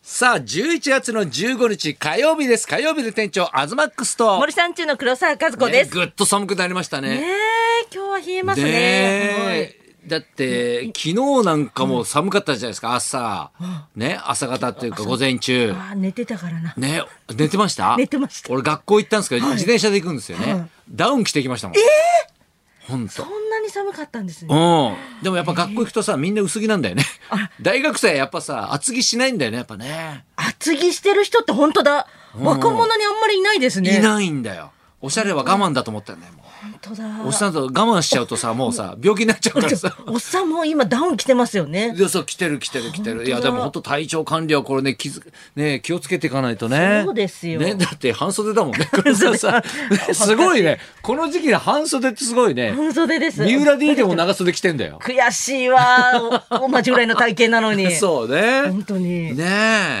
さあ、11月の15日火曜日です。火曜日で店長、アズマックスと。森さん中の黒沢和子です。ねぐっと寒くなりましたねね。え今日は冷えますねね。えだって、昨日なんかもう寒かったじゃないですか、朝。ね、朝方っていうか午前中。はいあ、寝てたからな。ね、寝てました寝てました俺学校行ったんですけど、自転車で行くんですよね。ダウン着てきましたもん。ええほんとそ。んなに寒かったんですね。うん。でもやっぱ学校行くとさ、みんな薄着なんだよね。大学生はやっぱさ、厚着しないんだよね、やっぱね。厚着してる人って本当だ。若者にあんまりいないですね。いないんだよ。おしゃれは我慢だと思ったよね、も本当だ。う。おっさんと我慢しちゃうとさ、もうさ、病気になっちゃうから さ。 おっさんも今ダウン着てますよね。でそう来てる来てる来てるいやでも本当体調管理はこれね気づね気をつけていかないとねそうですよね、だって半袖だもん ねこれささね すごいねこの時期で半袖ってすごいね半袖です。三浦 D でも長袖着てんだよ悔しいわ。お同じぐらいの体型 なのに。そうね本当にね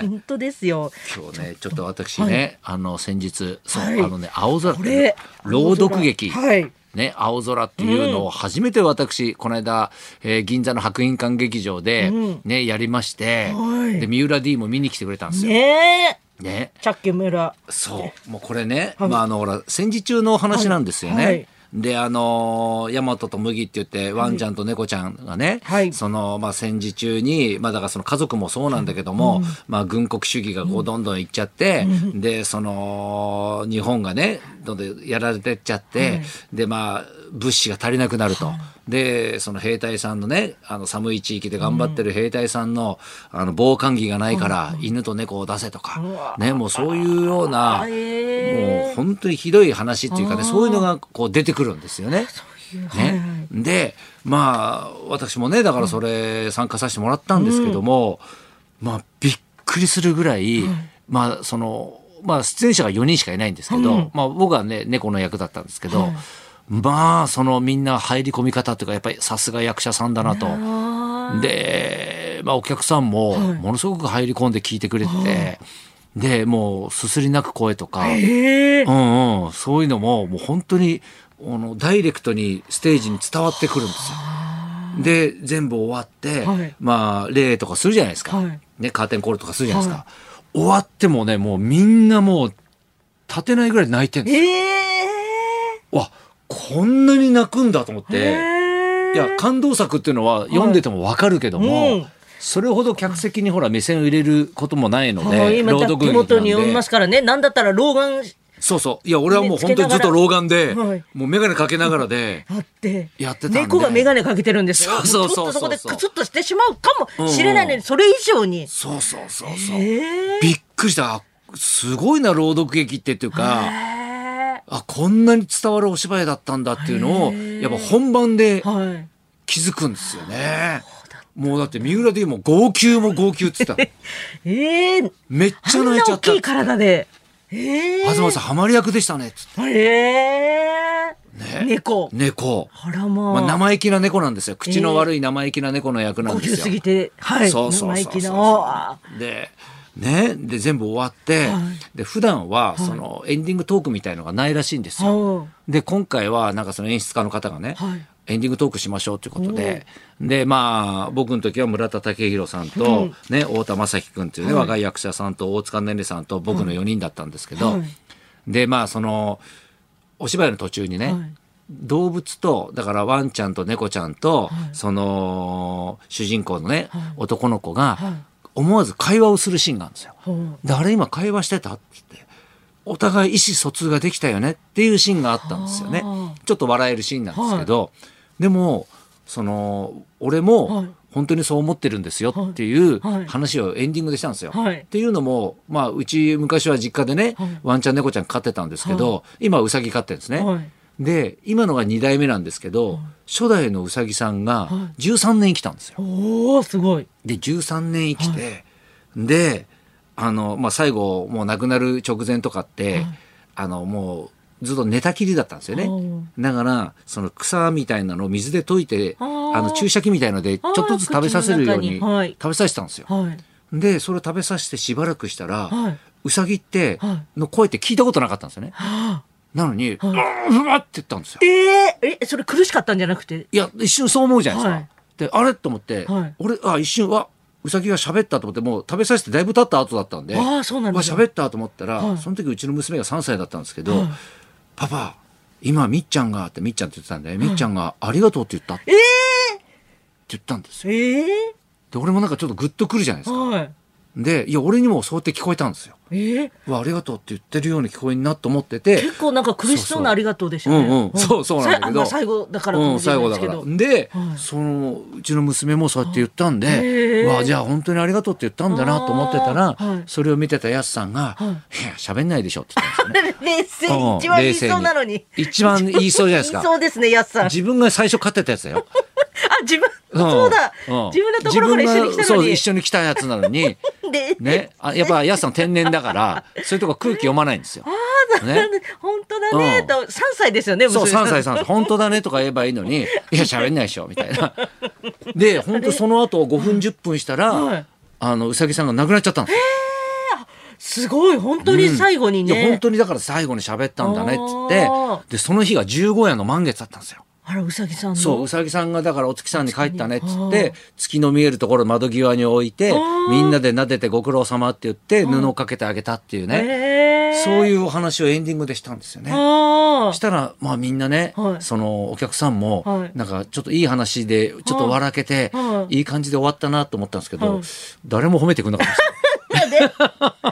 え本当ですよ。今日ねちょっと私ね、あの先日そう、はいあのね青空ってこれ朗読劇、はいね、青空っていうのを初めて私、この間、えー銀座の博品館劇場で、ねやりまして、はいで三浦 D も見に来てくれたんですよ。ねえ。ね、チャッキー村。そうもうこれね、まあ、あのほら戦時中のお話なんですよね。はいはいであのー、ヤマトと麦って言ってワンちゃんと猫ちゃんがね、はいそのまあ、戦時中に、まあ、だからその家族もそうなんだけども、まあ、軍国主義がこうどんどんいっちゃって、でその日本がねどんどんやられてっちゃって、でまあ物資が足りなくなると。でその兵隊さんのねあの寒い地域で頑張ってる兵隊さんの,、あの防寒着がないから犬と猫を出せとか、ね、もうそういうような、へーもう本当にひどい話っていうかねそういうのがこう出てくるんですよね。ね、でまあ私もねだからそれ参加させてもらったんですけども、まあびっくりするぐらい、まあそのまあ出演者が4人しかいないんですけど、まあ僕はね猫の役だったんですけど、まあそのみんな入り込み方というかやっぱりさすが役者さんだなと。あで、まあ、お客さんもものすごく入り込んで聞いてくれてて、でもうすすり泣く声とか、ーへえ。うんうん、そういうのももう本当にあのダイレクトにステージに伝わってくるんですよ。で全部終わって、はいまあ礼とかするじゃないですか、はいね、カーテンコールとかするじゃないですか、終わってもねもうみんなもう立てないぐらい泣いてるんですよ。えわこんなに泣くんだと思っえ。て。へーいや感動作っていうのは読んでてもわかるけども、うんそれほど客席にほら目線を入れることもないのはで、い今朗手読劇元にな読みんでますからね。なんだったら老眼そうそういや俺はもう本当にずっと老眼で、はいもう眼鏡かけながらであって。やってたんで猫が眼鏡かけてるんですよ。そうそうそうそうちょっとそこでクツッとしてしまうかもしれないうんのうに、それ以上に。そうそうそうそう、ええ。びっくりしたあすごいな朗読劇ってっていうかはあこんなに伝わるお芝居だったんだっていうのをへーやっぱ本番でい。気づくんですよね。もうだって三浦で言うも号泣も号泣って言ってたええー。めっちあゃん泣いなちゃ大ったきい体で。ええー。東さんハマり役でしたねっつってええー。猫。猫あらままあ。あ、生意気な猫なんですよ口の悪い生意気な猫の役なん呼で吸すすよぎ。て、はい。そうそう生そうそ意う気な。おーでねで全部終わって、はいで普段はその、エンディングトークみたいのがないらしいんですよ。おーで今回はなんかその演出家の方がね、はいエンディングトークしましょうということででまあ僕の時は村田武弘さんと、ね、太田正樹君っていうね、若い役者さんと大塚寧々さんと僕の4人だったんですけど、はいでまあそのお芝居の途中にね、はい動物とだからワンちゃんと猫ちゃんと、その主人公のね、男の子が思わず会話をするシーンがあるんですよ。ほうであれ今会話してたって言ってお互い意思疎通ができたよねっていうシーンがあったんですよねはちょっと笑えるシーンなんですけど、でもその俺もはい本当にそう思ってるんですよっていうはいはい話をエンディングでしたんですよ。はいっていうのも、まあ、うち昔は実家でね、はいワンちゃん猫ちゃん飼ってたんですけど、今はウサギ飼ってるんですね。はいで今のが2代目なんですけど、初代のウサギさんが13年生きたんですよ。おーすごい。で13年生きて、であの、まあ、最後もう亡くなる直前とかって、あのもうずっと寝たきりだったんですよねお。だからその草みたいなのを水で溶いてああーの注射器みたいのでちょっとずつ食べさせるようにあー口の中にはい食べさせたんですよ。はい。でそれを食べさせてしばらくしたら、はいウサギってはの声って聞いたことなかったんですよね。はあなのに「うわ!」って言ったんですよ。えー、え、それ苦しかったんじゃなくて。いや一瞬そう思うじゃないですか。はいであれと思って、はい俺あ一瞬はうさぎが喋ったと思ってもう食べさせてだいぶ経った後だったんであーそうなんですねわ喋ったと思ったら、はいその時うちの娘が3歳だったんですけど「はいパパ今みっちゃんが」ってみっちゃんって言ってたんで、みっちゃんが「ありがとう」って言ったってえ言ったんですよ。ええで俺もなんかちょっとグッとくるじゃないですー、か。はいでいや俺にもそうやって聞こえたんですよ。えー、うわありがとうって言ってるように聞こえんなと思ってて。結構なんか苦しそうなありがとうでしたねうんうんそうそうなんだけどそれあまあ最後だからかうん、もしれ最な後いだですかけらど、で、はいそのうちの娘もそうやって言ったんへで、えわあじゃあ本当にありがとうって言ったんだなと思ってたら、あーはいそれを見てたやすさんが「はいい、や喋んないでしょ」って言った んですよね。うん冷静一番言いそうなのに冷静一番言いそうじゃないです 言いそかうですねやすさんあ自分が最初買ってたやつだよ、自分ん そうだうん自分のところから一緒に自分来がたのそうに一緒に来たやつなのにでねあやっぱやすさん天然だからそういうとこ空気読まないんです よ。ね本当だね、うんと3歳ですよねそう、娘さん3歳、3歳。 本当だねとか言えばいいのに、いや、喋んないでしょ、みたいな。で、本当その後5分10分したはいら、あの、うさぎさんが亡くなっちゃったんですよ。すごい本当に最後にいや、ね本、当にだから最後に喋ったんだねって言あって、で、その日が15夜の満月だったんですよ。あらうさぎさんのそう、うさぎさんがだからお月さんに帰ったねっつっ確かにて、月の見えるところ窓際に置いてあー、みんなで撫でてご苦労様って言って、布をかけてあげたっていうね、へーそういうお話をエンディングでしたんですよね。あしーたら、まあみんなね、はいそのお客さんもはい、なんかちょっといい話で、ちょっと笑けて、、はいいい感じで終わったなと思ったんですけど、はい誰も褒めてくれなかった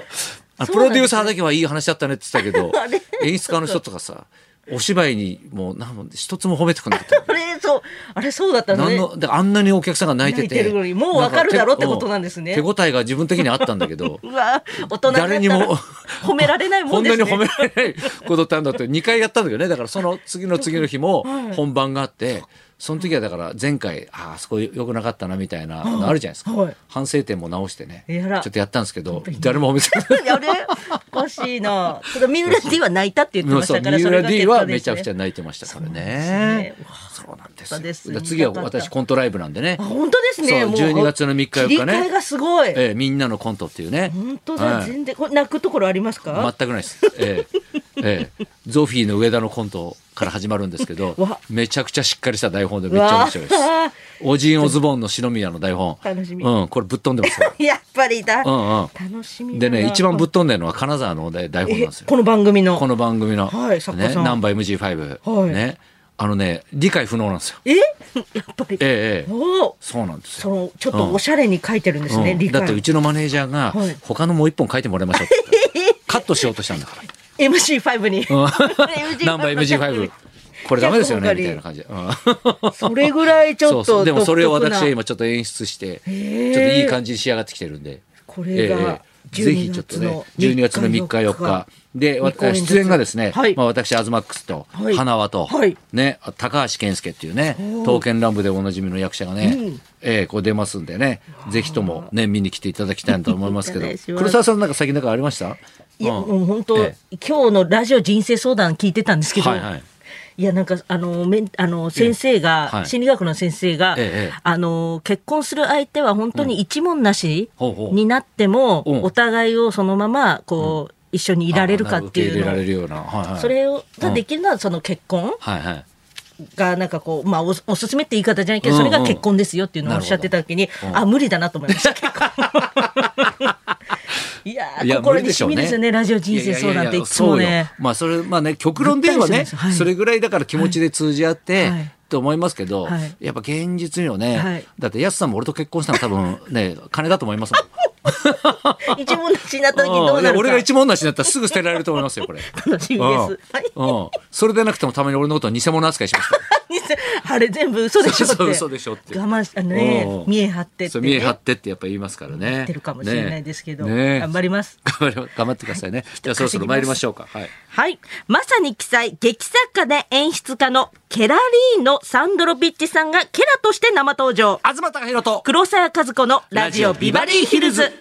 です あのそプうなロんですねデューサーだけはいい話だったねって言ってあたけれど、演出家の人とかさ、お芝居にもうなんも一つも褒めてくれなかった。あれそうあれそうだったの何ねのであんなにお客さんが泣いて泣いててるのにもうわかるだろってことなんですね手応えが自分的にあったんだけどうわ大人になったら誰にも褒められないもこんんでなすに褒ねめられないことってあるん だって2回やったんだけどねだからその次の次の日もはい本番があってその時はだから前回ああそこ良くなかったなみたいなのあるじゃないですか、はい反省点も直してねやらちょっとやったんですけど当に誰も褒めてくれない。あれおかしいな。ただ三浦 D は泣いたって言ってましそうたから、三それ浦が結 D 果はでめすちゃくちゃね。泣いてましたからねね。そうなんですよよかったですだから次はよかった私コントライブなんでねあ。本当ですね。そうもう12月の3日4日ね切り替えがすごい。ええみんなのコントっていうね。本当はだ。い全然これ泣くところありますか？全くないです。ええええ、ゾフィーの上田のコントから始まるんですけどわ、めちゃくちゃしっかりした台本でめっちゃ面白いですうわ。おじいおズボンの篠宮の台本。楽しみうん、これぶっ飛んでますよ。やっぱりだ。うんう楽しみん。だでな。ね、一番ぶっ飛んでるのは金沢の台本なんえですよ。この番組のこの番組の、はい作家ね、さんナンバー MG5、はいね、あのね、理解不能なんですよ。え やっぱり。ええええ、おお。そうなんですよ。そのちょっとおしゃれに書いてるんですね。うん理だってう解。ちのマネージャーがはい他のもう一本書いてもらいましょうって言 ったらカットしようとしたんだから。 MC5 に。 ナンバー MG5。これダメですよねみたいな感じで。うん それぐらいちょっとそうでもそれを独特な私は今ちょっと演出して、へーちょっといい感じに仕上がってきてるんで。これがええぜひちょっとね、12月の3日4日。で、わ二公演ずつ出演がですね、はいまあ私、アズマックスと、はい花輪と、はいね、高橋健介っていうね、刀剣乱舞でおなじみの役者がね、ええこう出ますんでね、ぜひともね、見に来ていただきたいなと思いますけ おど願いし、ます黒沢さんなんか最近なんかありましたいや、うんもう本当、え今日のラジオ人生相談聞いてたんですけど、はいはいやなんかあのめんあの先生が、はい心理学の先生が、ええええあの結婚する相手は本当に一文なしほうほうになっても、うんお互いをそのままこう、一緒にいられるかっていうあなるほどの受け入れられるような。はいはい。それをができるのはその結婚はいはい。がなんかこう、まあ、おおすすめって言い方じゃないけど、それうんがうん結婚ですよっていうのをおっしゃってた時に、あ無理だなと思いました結婚いやーいや心無理にでししょうみねですよねラジオ人生相談っていついやもいやいやねそうよ。まあそれまあね極論で言えばぐったねりしてるんですはいそれぐらいだから気持ちで通じ合って。はいはいと思いますけど、はいやっぱ現実にはね、はいだってやすさんも俺と結婚したの多分ね 金だと思いますもん一文なしにな った時ど ううんいなや るか俺が一文なしになったらすぐ捨てられると思いますよこれ 楽しみです。はいうんうんそれでなくてもたまに俺のことは偽物扱いしましたあれ全部嘘でしょって。そう嘘でしょって我慢したねうん。見え張ってって、そうね。見え張ってってやっぱ言いますからねやってるかもしれないですけど、ねね頑張ります。頑張り頑張ってくださいね、じゃあそろそろ参りましょうかはいはい。まさに記載、劇作家で演出家のケラリーノ・サンドロビッチさんがケラとして生登場。東隆弘と黒沢和子のラジオビバリーヒルズ。